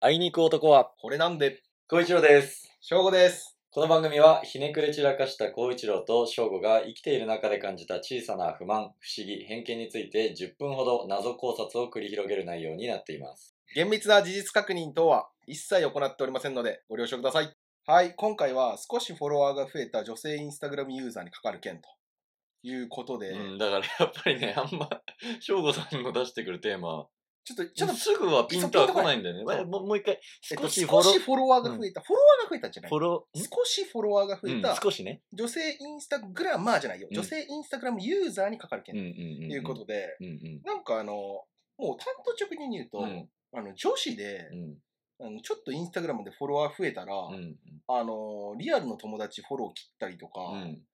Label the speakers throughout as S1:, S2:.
S1: あいにく男は、
S2: これなんで、
S1: 孝一郎です。
S2: 正午です。
S1: この番組は、ひねくれ散らかした孝一郎と正吾が生きている中で感じた小さな不満、不思議、偏見について10分ほど謎考察を繰り広げる内容になっています。
S2: 厳密な事実確認等は一切行っておりませんので、ご了承ください。はい、今回は少しフォロワーが増えた女性インスタグラムユーザーにかかる件ということで、
S1: うん、だからやっぱりね、あんま、正吾さんの出してくるテーマ、
S2: ちょっと、
S1: ち
S2: ち
S1: ょ
S2: ょ
S1: っ
S2: っ
S1: と
S2: と、
S1: すぐはピンとは来ないんだよね。
S2: そう
S1: まあもうもう一回、
S2: えっ
S1: 少
S2: と、
S1: しフォ
S2: 少
S1: ロ
S2: しフォロワーが増えた、フォロワーが増えたんじ
S1: ー、
S2: ゃない
S1: フォロー、ん
S2: 少しフォロワーが増え
S1: うん
S2: た、
S1: 少しね。
S2: 女性インスタグラマーじゃないよ、
S1: うん
S2: 女性インスタグラムユーザーにかかる
S1: うん
S2: 件
S1: うんうん
S2: と
S1: ん。
S2: いうことで、
S1: うんうん。
S2: なんかあの、もう単刀直入に言うと、
S1: うん
S2: あの女子で
S1: う、ん
S2: あのちょっとインスタグラムでフォロワー増えたら、
S1: うん
S2: あのリアルの友達フォロー切ったりとか、
S1: うん。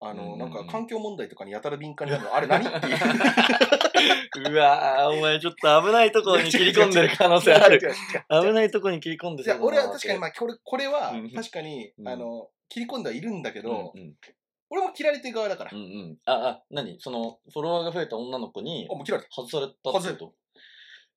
S2: あの、
S1: うん
S2: なんか環境問題とかにやたら敏感になるの、あ れ何っていう。
S1: うわー、お前ちょっと危ないところに切り込んでる可能性ある
S2: 違。う違う違う
S1: 危ないとこに切り込んで
S2: じゃあ俺は確かに、
S1: ま
S2: まあ、これ、これは
S1: うん、
S2: 確かに、
S1: うん
S2: あの、切り込んではいるんだけ
S1: うん
S2: ど、
S1: うん
S2: 俺も切られてる側だから。
S1: う
S2: あ、
S1: んうん。あ、あ、何その、フォロワーが増えた女の子に、
S2: もう切られた。
S1: 外されたってこと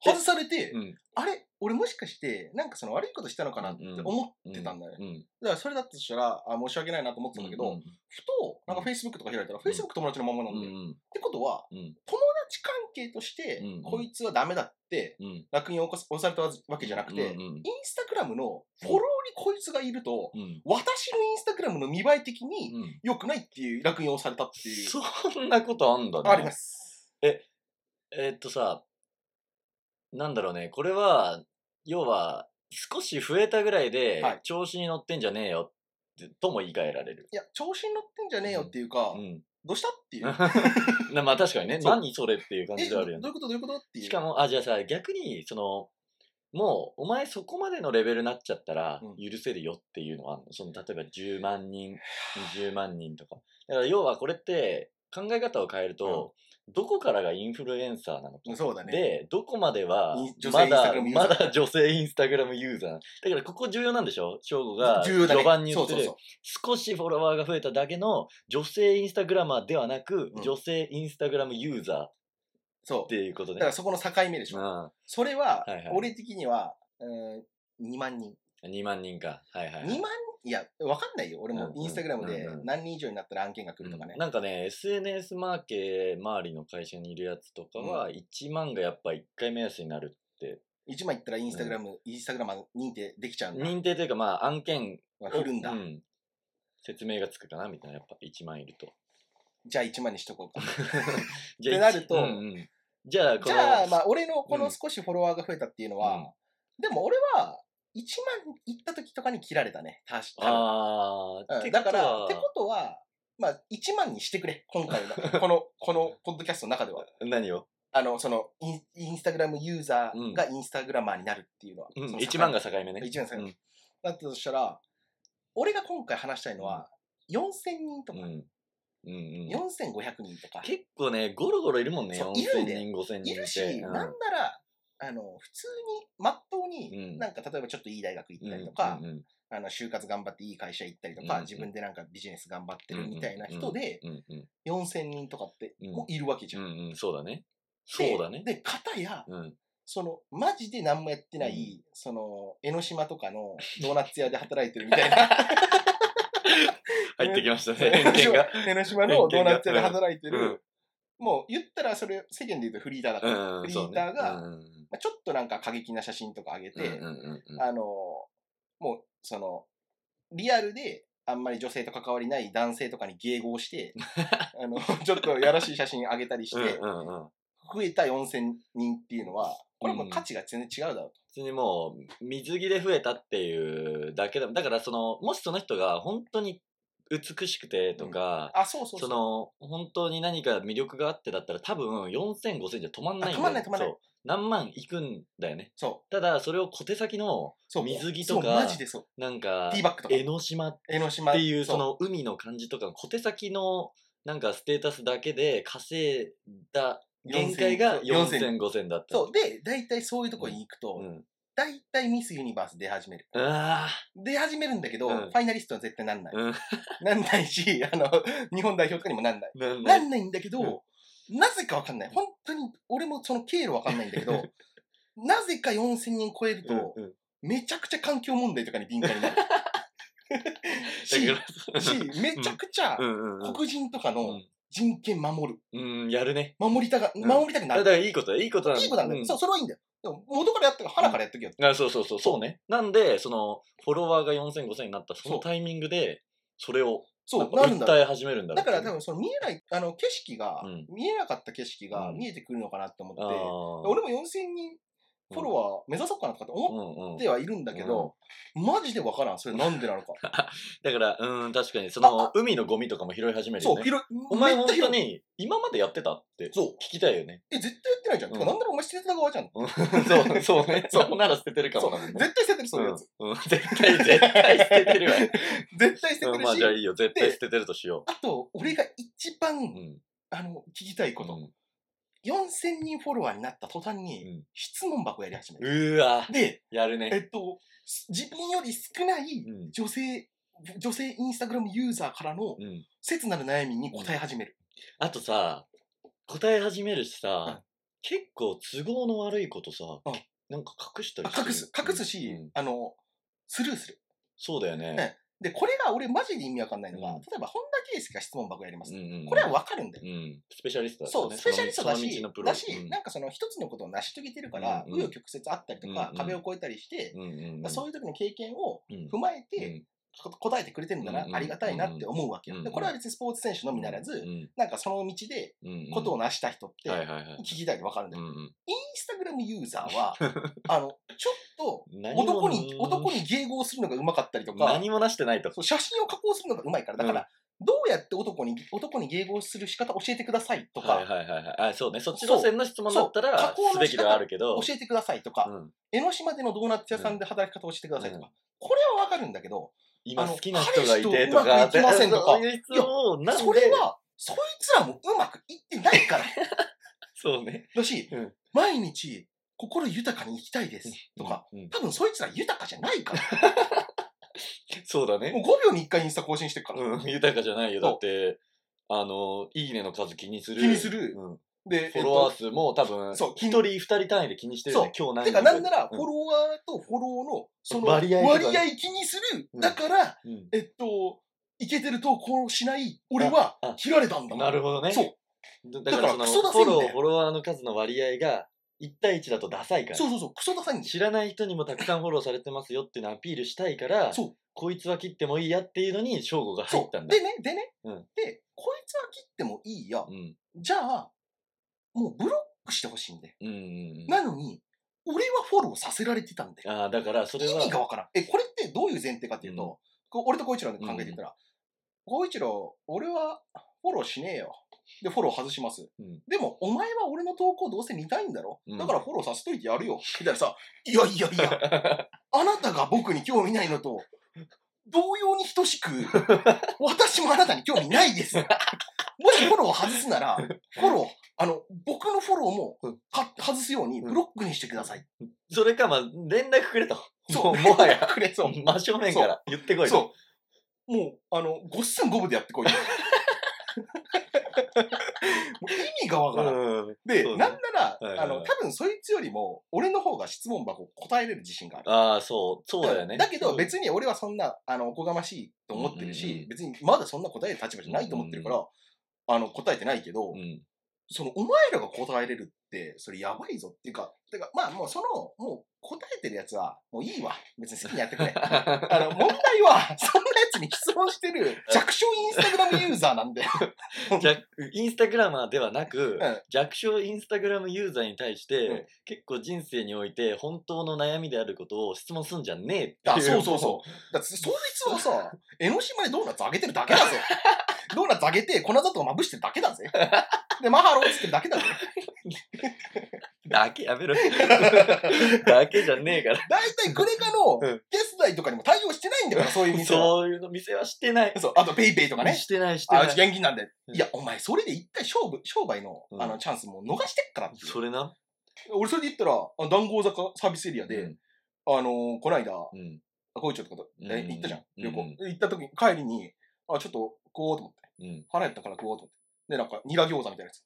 S2: 外されて、
S1: うん
S2: あれ俺もしかして、なんかその悪いことしたのかなって思
S1: う
S2: ってたんだよね。
S1: うん。
S2: だからそれだとしたら、あ、申し訳ないなと思ってたんだけど、
S1: うん
S2: ふと、なんか Facebook とか開いたら、
S1: ん
S2: Facebook 友達のままなん
S1: う
S2: だよ。
S1: ん
S2: っ。てことは、
S1: うん
S2: 友達関係として
S1: うん、
S2: こいつはダメだって、
S1: うん。うん。
S2: 楽印を起こす押されたわけじゃなくて、
S1: うん
S2: イン
S1: うん
S2: スタグラムのフォローにこいつがいると、
S1: うん。
S2: 私のインスタグラムの見栄え的に
S1: うん。
S2: 良くないっていう楽印を押されたっていう。
S1: そんなことあんだね。。
S2: ありますす。
S1: えーっとさ、なんだろうね、これは、要は、少し増えたぐらい
S2: は
S1: で
S2: い、
S1: 調子に乗ってんじゃねえよって、とも言い換えられる。
S2: いや、調子に乗ってんじゃねえよっていうか、
S1: うん。
S2: どうしたっ ていう。
S1: なまあ確かにね、
S2: そう
S1: 何それっていう感
S2: え、
S1: じでは
S2: どう
S1: ある
S2: い
S1: よ
S2: う
S1: ね。
S2: ことどういうことっていう。
S1: しかも、あ、じゃあさ、逆に、その、もう、お前そこまでのレベルになっちゃったら
S2: うん、
S1: 許せるよっていうのはあるの、その、例えば10万 人、20万人とか。だから、要はこれって、考え方を変えると、どこからがインフルエンサーなのか。
S2: そうだね。
S1: で、どこまでは
S2: イン、女性イ
S1: ま
S2: ンスタ
S1: だ
S2: グラム、ユーザ
S1: ま
S2: ー
S1: だ女性インスタグラムユーザー。だから、ここ重要なんでしょ翔吾が、
S2: 重要だね
S1: 序盤に言
S2: そ
S1: っ
S2: うそ
S1: て
S2: う
S1: る
S2: そう。
S1: 少しフォロワーが増えただけの、女性インスタグラマーではなく、
S2: うん
S1: 女性インスタグラムユーザーっ
S2: そ
S1: ていうこと
S2: う。
S1: ね。
S2: だからそこの境目でしょ。
S1: う
S2: それ
S1: は
S2: は、
S1: いはい
S2: 俺的には、うん、2万人。
S1: ん。2万人か。はいはい、はい。
S2: 2万いや、わかんないよ。俺
S1: うん
S2: も
S1: うん
S2: インスタグラムで
S1: うんうん
S2: 何人以上になったら案件が来るとか
S1: う
S2: ね
S1: ん。なんかね、SNS マーケ周りの会社にいるやつとかは、1万がやっぱ1回目安になる。
S2: 1枚いったらインスタグラム、インスタグラマー認定できちゃうんだ。
S1: 認定というか、まあ、案件
S2: まあ振るんだ
S1: う。ん。説明がつくかなみたいな、やっぱ1万いると。
S2: じゃあ1万にしとこうか。
S1: じ
S2: ってなると
S1: 一うんうんじゃあ、 こ
S2: じ
S1: の、
S2: ゃあ、まあ、俺のこ
S1: う
S2: の
S1: ん
S2: 少しフォロワーが増えたっていうのは、
S1: うん
S2: でも俺は、1万行った時とかに切られたね。確か
S1: あー、
S2: に。うんだから、ってことは、まあ、1万にしてくれ。今回の、 この、この、ポッドキャストの中では。
S1: と何を、
S2: あの、そのイン、インスタグラムユーザーがインスタグラマーになるっていうのは。
S1: うん、
S2: その
S1: 1万が境目ね。
S2: 一番最後
S1: うん
S2: だったとしたら、俺が今回話したいのは、4000人と
S1: うん。
S2: か、
S1: うんうん、
S2: 4500人とか、
S1: 結構ね、ゴロゴロいるもんね、
S2: そういる
S1: 4000
S2: んだよ
S1: 人、5000人って。
S2: いるし、
S1: うん
S2: なんなら、あの、普通に、まっとう
S1: うん
S2: に、なんか例えばちょっといい大学行ったりとか、
S1: うんうんうん
S2: あの、就活頑張っていい会社行ったりと
S1: うんう
S2: か、
S1: ん
S2: 自分でなんかビジネス頑張ってるみたいな人で、
S1: うんうん
S2: 4000人とかって、
S1: うん
S2: もういるわけじゃん。
S1: うんうん、そうだね。
S2: で
S1: そうだね。
S2: で、片や、
S1: うん。
S2: その、マジで何もやってない、
S1: う
S2: その、江ノ島とかのドーナツ屋で働いてるみたいな、
S1: 入ってきましたね、
S2: 江 ノ
S1: 偏見
S2: 島
S1: が。
S2: 江ノ島のドーナツ屋で働いて
S1: うん
S2: る、もう言ったらそれ、世間で言うとフリーターだから、
S1: うん、
S2: フリ
S1: そ
S2: ー
S1: うね
S2: ターが
S1: うんうん
S2: まあ、ちょっとなんか過激な写真とか上げて、
S1: うんうんうん
S2: あの、もう、その、リアルで、あんまり女性と関わりない男性とかに迎 合して、あの、ちょっとやらしい写真上げたりし
S1: うん
S2: て、
S1: うんうん。
S2: 増えた4000人っていうのは、これはもう価値が全然違うだろう
S1: 別にもう、水着で増えたっていうだけだ。だから、その、もしその人が本当に美しくてとか、
S2: と。あ、そうそう
S1: そ
S2: そ。
S1: うの、本当に何か魅力があってだったら、多分、4000、5000じゃ止まんないんだよ
S2: あ止まんない止まんない
S1: そう何万いくんだよね。
S2: そう。
S1: ただ、それを小手先の、
S2: そう
S1: 水着とか
S2: そう、マジでそう。
S1: なんか
S2: ティ、ーバッグとか。
S1: 江ノ島
S2: 江ノ島
S1: っていう
S2: そ
S1: そうの海の感じとか小手先のなんかステータスだけで稼いだ限界が
S2: 4000
S1: 40005000だった。
S2: そう。で、大体そういうとこに行くと、
S1: うん。
S2: 大体ミスユニバース出始める。
S1: あ
S2: 出始めるんだけど、
S1: うん
S2: ファイナリストは絶対なんない。
S1: うん
S2: なんないし、あの、日本代表とかにもなんない。
S1: あ、なん
S2: な
S1: だ
S2: んないんだけど、
S1: うん
S2: なぜかわかんない。本当に、俺もその経路わかんないんだけど、なぜか4000人超えると、
S1: うんうん
S2: めちゃくちゃ環境問題とかに敏感にな る。し、
S1: ら
S2: しめちゃくちゃ
S1: うんうんうん
S2: 黒人とか
S1: う
S2: の
S1: ん
S2: 人権守る。
S1: うん、やるね。
S2: 守りたが、
S1: ん
S2: 守りたくな
S1: だ
S2: る。
S1: からいいことだ、いいことなん
S2: いいことなんだよ。
S1: うん
S2: そう、それはいいんだよ。でも、元からやったから、腹からやっとけよ。
S1: あそうそうそう、そうね。なんで、その、フォロワーが4000、5000になったそのタイミングで、それを、
S2: そう、なるんだ
S1: 訴え始めるんだろ
S2: だ
S1: う
S2: から多分その見えない、あの景色が、
S1: うん
S2: 見えなかった景色が
S1: うん
S2: 見えてくるのかなと思って、
S1: あー
S2: 俺も4000人フォロワー目指そうかなとかって思
S1: うんうん
S2: ってはいるんだけど、マジでわからん。それなんでなのか。
S1: だから、うん、確かに、そ
S2: あ
S1: の、海のゴミとかも拾い始めるよ
S2: そう、
S1: ね。
S2: 広い。
S1: お前
S2: めっ
S1: 本
S2: ち
S1: 当
S2: ゃ広い。
S1: に、今までやってたって、
S2: そう。
S1: 聞きたいよね。
S2: え、絶対やってないじゃん。
S1: うん
S2: てか、なんならお前捨てた側じゃん。
S1: うんそう、そう ね。
S2: そう
S1: そうなら捨ててるか
S2: そ
S1: も
S2: う
S1: なもんね。
S2: 絶対捨ててる、そういうやつ。
S1: うんうん絶対、絶対捨てて るわ。
S2: 絶対
S1: う
S2: 捨てて
S1: ん
S2: る
S1: まあじゃあ
S2: し、
S1: いいよ、絶対捨ててるとしよ
S2: あと、俺が一
S1: う。う
S2: 番、
S1: ん。
S2: あの、聞きたいこと。
S1: う
S2: 4000人フォロワーになった途端に、
S1: ん
S2: 質問箱やり始め
S1: う
S2: る。
S1: ーわ、
S2: で、
S1: やる
S2: え
S1: ね。
S2: っと、す自分より少ない
S1: うん。
S2: 女性、女性インスタグラムユーザーからの
S1: うん。
S2: 切なる悩みに答え始める。
S1: あとさ、答え始めるし
S2: は
S1: さ、結構都合の悪いことさ
S2: うん、
S1: なんか隠したり
S2: あ隠す、隠すし、
S1: うん
S2: あの、スルーする。
S1: そうだよ
S2: え
S1: ね。
S2: で、これが俺マジで意味わかんないのが、
S1: うん
S2: 例えば、本田圭佑が質問箱やります。
S1: うんうん
S2: これはわかるんだよ。
S1: うん。スペシャリストだか
S2: そ
S1: ら
S2: う、
S1: ね
S2: スペシャリストだ
S1: その
S2: し
S1: 道のプ、ロ
S2: だし、
S1: うん
S2: なんかその一つのことを成し遂げてるから、
S1: うん
S2: 紆余曲折あったりと
S1: うん
S2: か
S1: う、ん
S2: 壁を越えたりして、
S1: うんうんうん
S2: そういう時の経験を
S1: うん
S2: 踏まえて、
S1: うん
S2: こ答えてくれてるんだ
S1: う、
S2: なん
S1: うん
S2: ありがたいなって思うわけ
S1: う
S2: よ。
S1: ん
S2: で、これは別にスポーツ選手のみなら
S1: う
S2: ず、
S1: ん
S2: なんかその道で
S1: うんうん
S2: ことを成した人って、
S1: はい
S2: 聞
S1: はいはい。
S2: きたいでわかるんだ
S1: う
S2: よ。
S1: んうん
S2: インスタグラムユーザ ーは、あの、ちょっと
S1: 何も
S2: 男に、男に迎合するのが上手かったりとか、
S1: 何もなしてないと。
S2: そう写真を加工するのが上手いから、だから、どうやって男に、男に迎合する仕方教えてくださいとか、
S1: はいはいはいはい。あ、そうね。そっち路線の質問だった
S2: そう加
S1: ら、
S2: 工の仕
S1: す
S2: 方
S1: べきではあるけど。
S2: 教えてくださいとか、
S1: うん
S2: 江ノ島でのドーナツ屋さんで働き方を教えてくださいとか、これはわかるんだけど、
S1: 今
S2: あの
S1: 好きな人がいてとか、
S2: 彼氏とうまくいきませんとか
S1: そういう質問をなんで
S2: それは、そいつらもうまくいってないから。
S1: そうね。
S2: だし、
S1: うん
S2: 毎日、心豊かに生きたいですとか、
S1: うん、
S2: 多分そいつら豊かじゃないから。
S1: そうだね。
S2: もう5秒に1回インスタ更新してるから。
S1: うん、豊かじゃないよ。
S2: そう
S1: だって、あの、いいねの数気にする。
S2: 気にする
S1: うん
S2: で、
S1: フォロワー
S2: えっ
S1: 数も多分、
S2: そう
S1: 一人二人単位で気にしてるよね。今日
S2: と
S1: 何
S2: て
S1: 人
S2: か、なんなら、
S1: う
S2: フ
S1: ん
S2: ォロワーとフォローの、その、割
S1: 割合
S2: 合
S1: とかね
S2: 気にする。
S1: うん
S2: だから、
S1: うん
S2: えっと、いけてる投稿をしない、俺は
S1: ああ、
S2: 切られたんだ
S1: なるほどね。
S2: そう
S1: だだ
S2: だか
S1: かららその、フ
S2: クソダセいん
S1: ォ
S2: だよ
S1: ロー、フォロワーの数の割合が、1対1だとダサいから。
S2: そうそうそう、クソダサいんでし
S1: 知らない人にもたくさんフォローされてますよっていうのをアピールしたいから、
S2: そう
S1: こいつは切ってもいいやっていうのに、翔吾が入
S2: そ
S1: ったん
S2: う。
S1: だ。
S2: でね、でね、
S1: うん
S2: で、こいつは切ってもいいや
S1: う。ん。
S2: じゃあ、もうブロックしてほしいんだよ。
S1: うんうんうん。
S2: なのに、俺はフォローさせられてたんだよ。
S1: ああ、だから、それ
S2: 意
S1: は
S2: 味、がわからん。え、これってどういう前提かっていうと、
S1: うん
S2: こう俺と小一郎で考えてみたら、小一郎、俺はフォローしねえよ。で、フォロー外します。
S1: うん
S2: でも、お前は俺の投稿どうせ見たいんだろ、
S1: うん
S2: だからフォローさせといてやるよ。みたいなさ、いやいやいや、 あなたが僕に興味ないのと、同様に等しく、私もあなたに興味ないです。もしフォローを外すなら、フォロー、あの、僕のフォローもか外すようにブロックにしてください。
S1: それか、まあ、連絡くれと。
S2: そ
S1: も
S2: う、
S1: もはや、
S2: くれそう。
S1: 真正面から言ってこいと。
S2: そう。もう、あの、ごっすんごぶでやってこいよ。もう意味がわからん。
S1: うん。
S2: で、
S1: そうね
S2: なんなら、
S1: はいはい
S2: あの、多分そいつよりも、俺の方が質問箱答えれる自信がある。
S1: ああ、そう、そうだよね。
S2: けど、別に俺はそんな、あの、おこがましいと思ってるし、
S1: うんうんうん
S2: 別にまだそんな答える立場じゃないと思ってるから、あの、答えてないけど、
S1: うん。
S2: その、お前らが答えれるって、それやばいぞっていうか、てか、まあもうその、もう答えてるやつは、もういいわ。別に好きにやってくれ。あの、問題は、 そんなやつに質問してる弱小インスタグラムユーザーなん で。
S1: 弱インスタグラマーではなく、
S2: うん
S1: 弱小インスタグラムユーザーに対して、
S2: うん
S1: 結構人生において本当の悩みであることを質問すんじゃねえっていう
S2: あ、そうそうそう。だって、そいつはさ、江ノ島でドーナツあげてるだけだぜ。 ドーナツあげて、粉砂糖まぶしてるだけだぜ。で、マハローっつってるだけだぜ。
S1: う だけやめ ろだけじゃねえから
S2: だいたいグレカの
S1: うん
S2: 決済とかにも対応してないんだから、そういう店は。
S1: そういうの店はしてない
S2: そう。あと、ペイペイとかね。
S1: してないして
S2: あ、
S1: な
S2: うち
S1: い
S2: 現金なんで。
S1: うん
S2: いや、お前、それで一回商売、商売の、
S1: うん
S2: あの、チャンスもう逃してっからっていう
S1: それな
S2: 俺、それで言ったら、あ談合坂サービスエリアで、あの、こないだ、
S1: うんうん
S2: 高知町とかと、え
S1: うん
S2: 行ったじゃん、
S1: うん
S2: 旅行。行った時に、帰りに、あ、ちょっと食おうと思って。
S1: うん
S2: 腹減ったから食おうと思って。で、なんか、ニラ餃子みたいなやつ。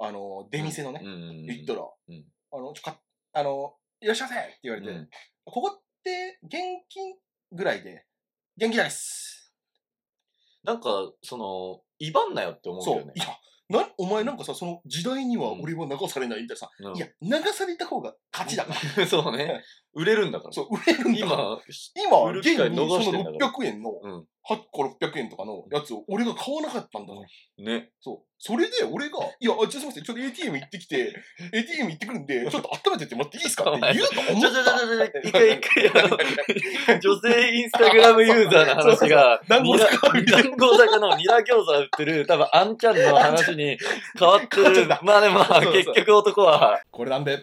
S2: あの、出店のね、
S1: うんうんうん
S2: 行ったら、
S1: ん
S2: あの、ちょか、あの、いらっしゃいませって言われて、
S1: うん
S2: ここ、定、現金ぐらいで、現金ないっす。
S1: なんか、その、威張んなよって思うけ
S2: そ
S1: ど
S2: う
S1: ね。。
S2: いや、な、お前なんかさ、その時代には俺は流されないみたいなさ、
S1: うん
S2: いや、流された方が勝ちだか ら。
S1: そうね。売れるんだから。
S2: そう、売れるんだから。
S1: 今、
S2: 今
S1: 売、る
S2: 現に
S1: 機
S2: そ
S1: 会逃してんだ
S2: の
S1: から
S2: 600円の、
S1: うん
S2: 8個600円とかのやつを俺が買わなかったんだから。
S1: ね。
S2: そう。それで俺が、いや、あちょっとすいません、ちょっと ATM 行ってき て、ATM 行ってくるんで、ちょっと温めてってもらっていいですかって言うと思
S1: ち
S2: っ
S1: ょちょちょ
S2: た。
S1: ちょ、一回一回、あ の女性インスタグラムユーザーの話が、
S2: そうそうそう
S1: ニラ団子坂のニラ餃子売ってる、多分あんちゃんの話に変わって
S2: 変わっちゃ
S1: る
S2: った。
S1: まあでもまあ、
S2: そうそ
S1: 結
S2: う
S1: 局男は、
S2: これなんで